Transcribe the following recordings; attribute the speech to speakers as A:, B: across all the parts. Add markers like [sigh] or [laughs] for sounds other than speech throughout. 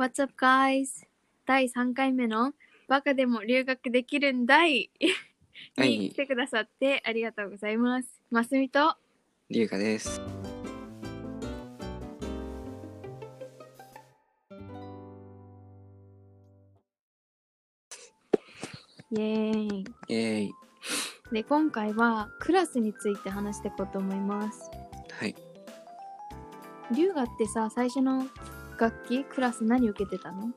A: What's up, guys? 第3回目のバカでも留学できるんだい
B: は
A: に
B: い
A: 来、てくださってありがとうございます。ますみと
B: りゅうかです。
A: イエーイ
B: イェーイ。
A: で今回はクラスについて話していこうと思います。
B: はい。
A: 留学ってさ最初の楽器クラス何受けてたの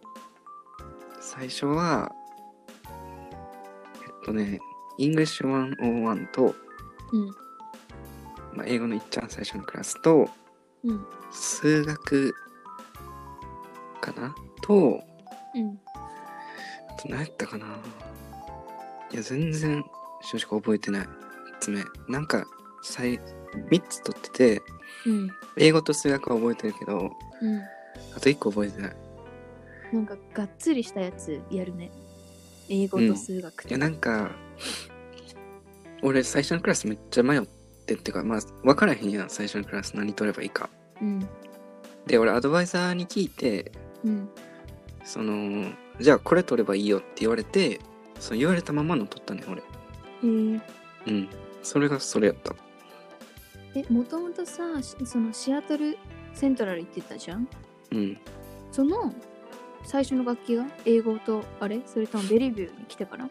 B: 最初は、えっとね、イングリッシュ101と、
A: うん
B: まあ、英語のいっちゃん最初のクラスと、
A: うん
B: 数学かなと、
A: うん
B: あと何やったかないや、全然、正直覚えてない。三つ目。なんか、最、3つ取ってて、
A: うん
B: 英語と数学は覚えてるけど、
A: うん
B: あと1個覚えてない。
A: なんかがっつりしたやつやるね。英語と数学
B: いやなんか俺最初のクラスめっちゃ迷ってっていうかまあ分からへんやん最初のクラス何取ればいいか
A: うん
B: で俺アドバイザーに聞いて
A: うん
B: そのじゃあこれ取ればいいよって言われてその言われたままの取ったね俺
A: へー
B: うんそれがそれやった
A: えもともとさしそのシアトルセントラル行ってたじゃん
B: うん
A: その最初の楽器が英語とあれそれともベリビューに来てから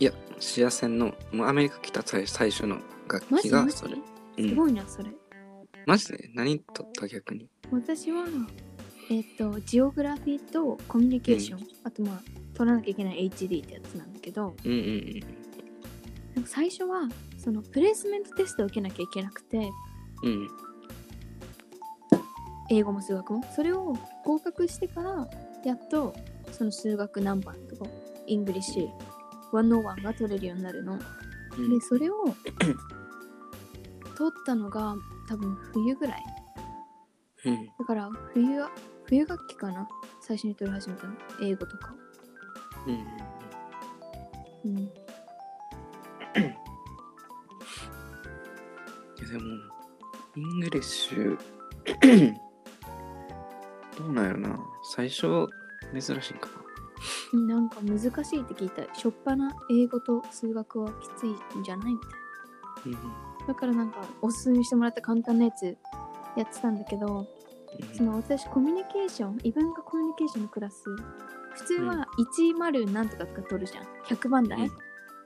B: いやシア戦のもうアメリカ来た最最初の楽
A: マ
B: 器
A: ジ
B: が
A: マジ
B: それ
A: す
B: うん、
A: ごいなそれ
B: マジで何取った逆に
A: 私はえっ、とジオグラフィーとコミュニケーション、あとまあ取らなきゃいけない HD ってやつなんだけど
B: うんうんうん
A: なんか最初はそのプレイスメントテストを受けなきゃいけなくて
B: うん
A: 英語も数学もそれを合格してからやっとその数学何番とかイングリッシュ101が取れるようになるの
B: うん
A: でそれを取ったのが多分冬ぐらい
B: うん
A: だから冬は冬学期かな最初に取り始めたの英語とか
B: うん
A: うん
B: いやでも、イングリッシ
A: [clears throat]
B: ュ、どうなんやろな。最初、珍しいんか
A: なんか難しいって聞いたしょっぱな英語と数学はきついんじゃないみたい
B: な。うん
A: なだからなんかおすすめしてもらった簡単なやつやってたんだけど、その私コミュニケーション異文化コミュニケーションのクラス普通は10なんとかとか取るじゃん100番台、
B: うん。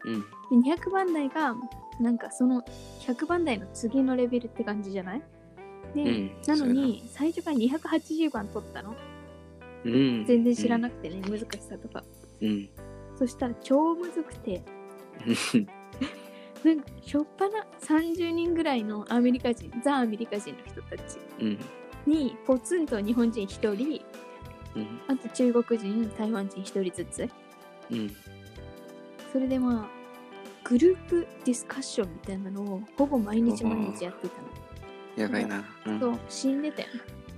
B: うん。
A: で200番台がなんかその100番台の次のレベルって感じじゃないで、
B: うん
A: なのに最初から280番取ったの
B: うん。
A: 全然知らな
B: く
A: くてね、難しさとか
B: て。うん。
A: そしたら超むずくてなんかしょっぱな30人ぐらいのアメリカ人ザ・アメリカ人の人たち
B: うん。
A: にポツンと日本人1人
B: うん。
A: あと中国人台湾人1人ずつ
B: うん。
A: それでまあグループディスカッションみたいなのをほぼ毎日毎日やってたの。
B: やばいな。うん。
A: そう死んでたよ。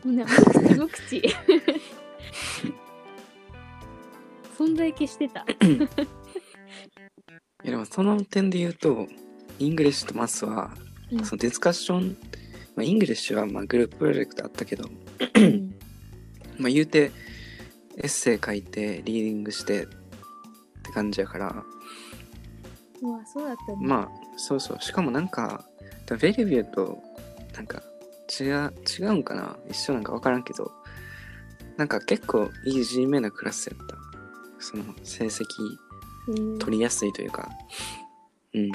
A: もうね、すごくち。存在消してた。
B: いやでも、その点で言うと、イングリッシュとマスは、
A: うん
B: そのディスカッション、まあ、イングリッシュはまあグループプロジェクトあったけど、
A: うん
B: まあ、言うて、エッセイ書いて、リーディングしてって感じやから、
A: うわ、そうだったね。
B: まあそうそうしかもなんかベリビューとなんか違う違うんかな一緒なんか分からんけどなんか結構いい G めなクラスやったその成績
A: うん
B: 取りやすいというかうん
A: え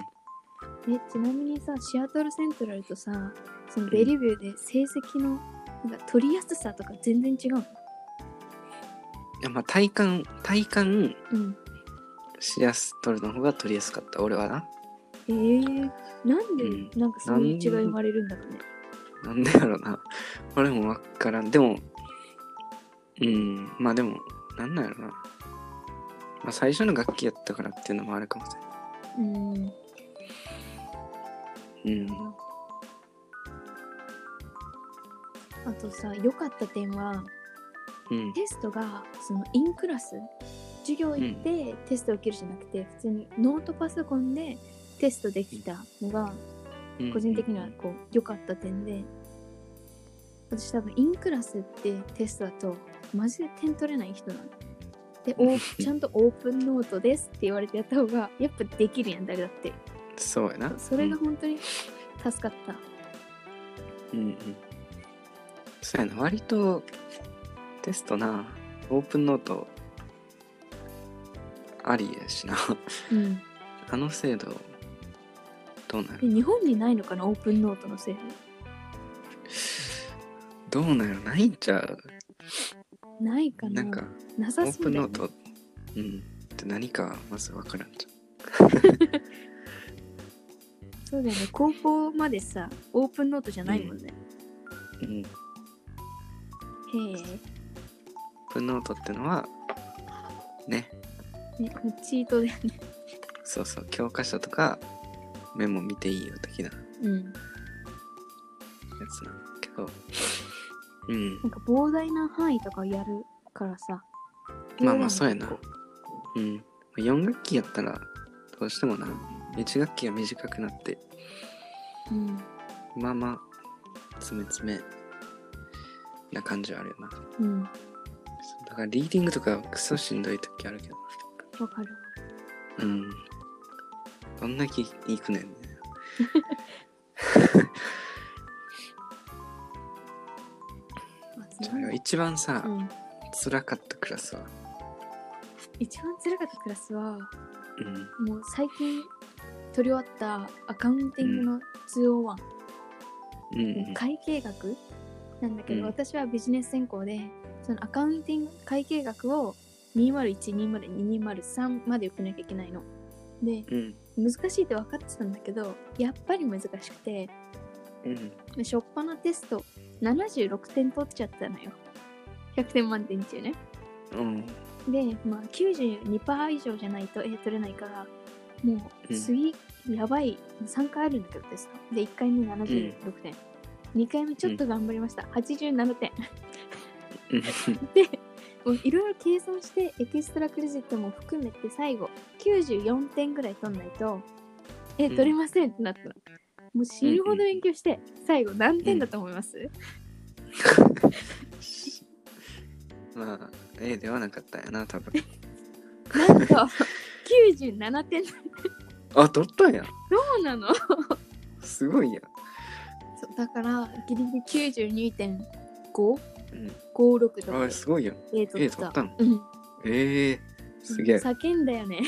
A: ちなみにさ、シアトルセントラルとさ、そのベリビューで成績のなんか取りやすさとか全然違うの。
B: いやまあ体感体感
A: うん。
B: しやす取るの方が取りやすかった俺はな
A: えー、なんで、
B: うん
A: なんかそういう違い生まれるんだろうね。
B: なんでやろな俺も分からんでもうんまあでもなんなんやろな、まあ、最初の楽器やったからっていうのもあるかもし
A: うん。
B: れないうん
A: あとさ良かった点は
B: うん
A: テストがそのインクラス授業行ってテスト受けるじゃなくて、普通にノートパソコンでテストできたのが個人的にはこう良かった点で私多分インクラスってテストだとマジで点取れない人なの。で、
B: [laughs]
A: おちゃんとオープンノートですって言われてやった方が、やっぱできるやん、誰だって。
B: そうやな。
A: それが本当に助かった。
B: うんうん。そうやな、割とテストな、オープンノートありやしな。 [laughs]
A: うん。
B: あの制度、どうな
A: で
B: る
A: 日本にないのかな、オープンノートの制
B: どうなるないんちゃう
A: 服。ないかな。
B: なんか、
A: な
B: オ
A: さ
B: ー
A: そ
B: プ
A: う
B: ン
A: だ
B: ノ
A: よ
B: ー
A: ね
B: ト、うん、って何かまず分からんじ
A: そうだよね。高校までさ、オープンノートじゃないもんね。
B: ゃん。うん。オー
A: へえ。
B: プンノートってのは、ね、
A: ね、チートで。
B: そうそう、教科書とかメモ見ていいよ的なや
A: うん。
B: つなんだけど、うん
A: な。んか膨大な範囲とかやるからさ。
B: まあまあそうやな
A: 結
B: うん。4学期やったら、どうしてもな、1学期が短くなって、
A: 構うん。
B: まあまあ、つめつめな感じはあるよな。
A: うん。
B: だからリーディングとかクソしんどい時あるけど。
A: わかる。
B: うん。どんだけいくねんね。
A: まあ
B: じ
A: そ
B: ゃあ
A: う
B: 一番さ、
A: うん。
B: 辛かったクラスは。
A: 一番辛かったクラスは、
B: うん。
A: もう最近取り終わったアカウンティングの201、
B: うんうん、
A: 会計学なんだけど、
B: うん
A: 私はビジネス専攻で、そのアカウンティング会計学を201、202、203まで受けなきゃいけないの。で、
B: うん。
A: 難しいって分かってたんだけど、やっぱり難しくて、
B: うん。
A: しょっぱなテスト76点取っちゃったのよ。100点満点中ね。
B: うん。
A: で、まあ、92%以上じゃないと A 取れないから、もう
B: うん
A: 次、やばい、3回あるんだけどテスト。で、1回目76点。2回目ちょっと頑張りました。87点。
B: うん [laughs]
A: もういろいろ計算して、エキストラクレジットも含めて最後、94点ぐらい取んないと、A 取れませんってなったの。もう死ぬほど勉強して、最後何点だと思います、
B: まあ、A ではなかったよな、多分。
A: なんと、97点。そ
B: あ、取ったやん。
A: うなの
B: すごいやん。
A: そうだからギリギリ92.556
B: うん
A: と
B: あ
A: か
B: れすごいやん。
A: え取
B: A
A: っ
B: 取ったたん。
A: うん
B: ええすげえ。
A: 叫んだよね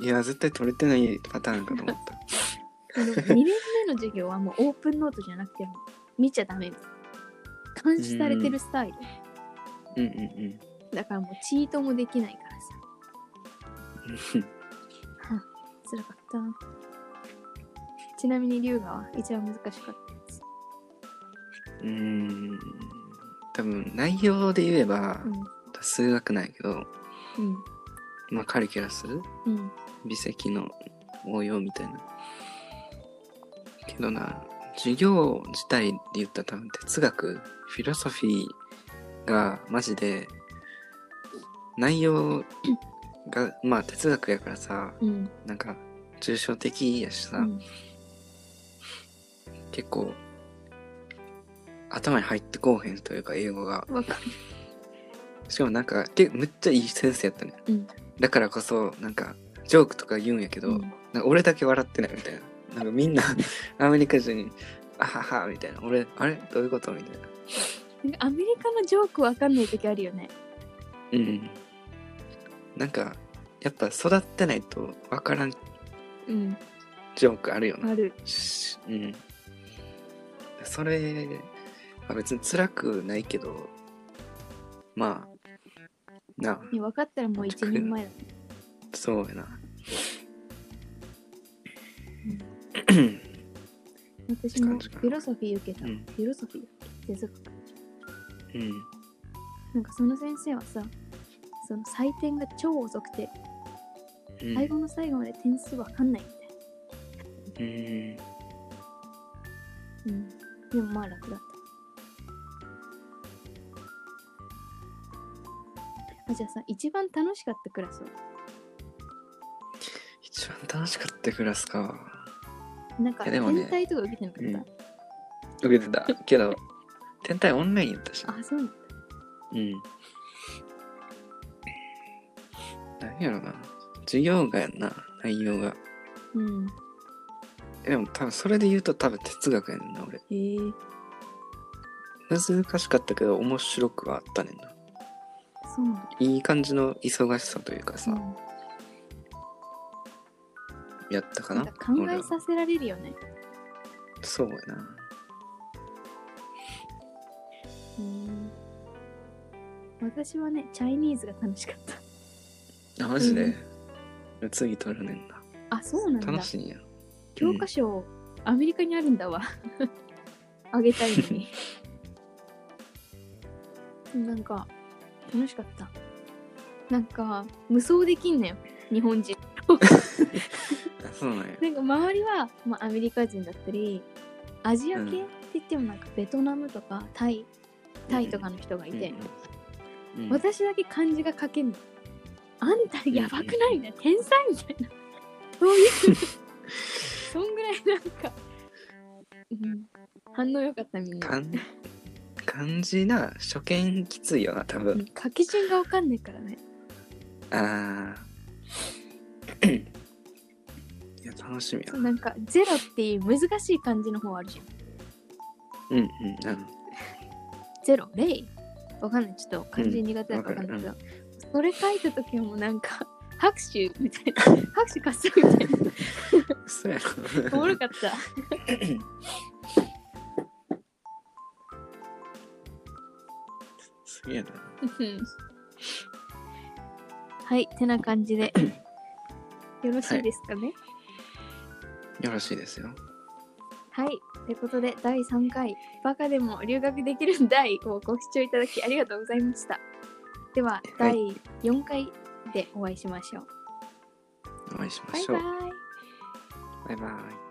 B: いや、絶対取れてないパターンかと思った。
A: あの2年目の授業はもうオープンノートじゃなくてもう見ちゃダメ監視されてるスタイル
B: うんうん
A: だからもうチートもできないからさ
B: う
A: 辛
B: ん。
A: かったなちなみに龍河は一番難しかったやつ
B: うーん多分内容で言えば、数学ないけど、
A: うん
B: まあ、カリキュラス
A: うんうん
B: 微積の応用みたいなけどな授業自体で言ったら多分哲学フィロソフィーがマジで内容がまあ哲学やからさ
A: うん
B: なんか抽象的やしさ、
A: うん
B: 結構頭に入ってこうへんというか英語が
A: わかる
B: しかもなんかけむっちゃいい先生やったね、
A: うん
B: だからこそなんかジョークとか言うんやけど、
A: うん
B: なんか俺だけ笑ってないみたいななんかみんな [laughs] アメリカ人に「あはは」みたいな俺あれどういうことみたいな
A: なんかアメリカのジョークわかんない時あるよね
B: うんなんかやっぱ育ってないと分からん
A: うん
B: ジョークあるよな
A: ある
B: しうんそれは別に辛くないけどまあなあ
A: ね分かったらもう一人前だ
B: そうやな
A: うん
B: うん
A: 私も
B: 感じかな
A: フィロソフィー受けた、
B: うん
A: フィロソフィー哲学
B: うん
A: なんかその先生はさその採点が超遅くて
B: うん
A: 最後の最後まで点数わかんないみた
B: うん
A: いな、うん、でもまあ楽だったあじゃあさ一番楽しかったクラスは
B: 一番楽しかったクラスか
A: なんか
B: いやでもね
A: 天体とか受けてなかった、
B: うん受けてたけど天体オンラインやったし。
A: あ、そうなんだ。
B: うん。何やろな。授業がやんな、内容が。
A: うん。
B: えでも多分それで言うと多分哲学やねんな、俺。
A: へえ
B: 難しかったけど面白くはあったねんな。
A: そうなんだ。
B: いい感じの忙しさというかさ、
A: うん
B: やったか
A: な
B: なん
A: か考
B: 俺
A: え
B: は
A: させられるよね。
B: そうやな。
A: うん。私はね、チャイニーズが楽しかった。
B: あ、マジで、次取るねんな。
A: あ、そうなんだ。
B: 楽しいんや。
A: 教科書、アメリカにあるんだわあげたいのになんか楽しかったなんか無双できんのよ日本人
B: あ、そうなんや。
A: なんか周りは、まあ、アメリカ人だったりアジア系、
B: うん
A: って言ってもなんかベトナムとかタイタイとかの人がいて、
B: うんうん、うん
A: 私だけ漢字が書けんのあんたやばくないね、天才みたいなそう [laughs] いうそんぐらいなんか、うん、反応良かったみんな
B: 漢漢字な初見きついよな多
A: う
B: 分、
A: ん書き順がわかんないからね
B: ああいや楽しみや
A: そうなんかゼロっていう難しい漢字の方あるじゃん
B: うんうん
A: ゼロレイわかんないちょっと漢字苦手だからわかんないけど、それ書いた時はもうなんか拍手みたい [laughs] な拍手喝采みたいな
B: うんそうや
A: おも
B: ろ
A: ろかった
B: [laughs] すげえな
A: うんはい、てな感じ
B: [coughs]
A: で。よろしいですかね。
B: よろしいですよ
A: はい、ということで、第3回、バカでも留学できるんだいをご視聴いただきありがとうございました。では、
B: は
A: 第
B: い
A: 4回でお会いしましょう。
B: お会いしま
A: バイ
B: しょう
A: バイ。
B: バイバイ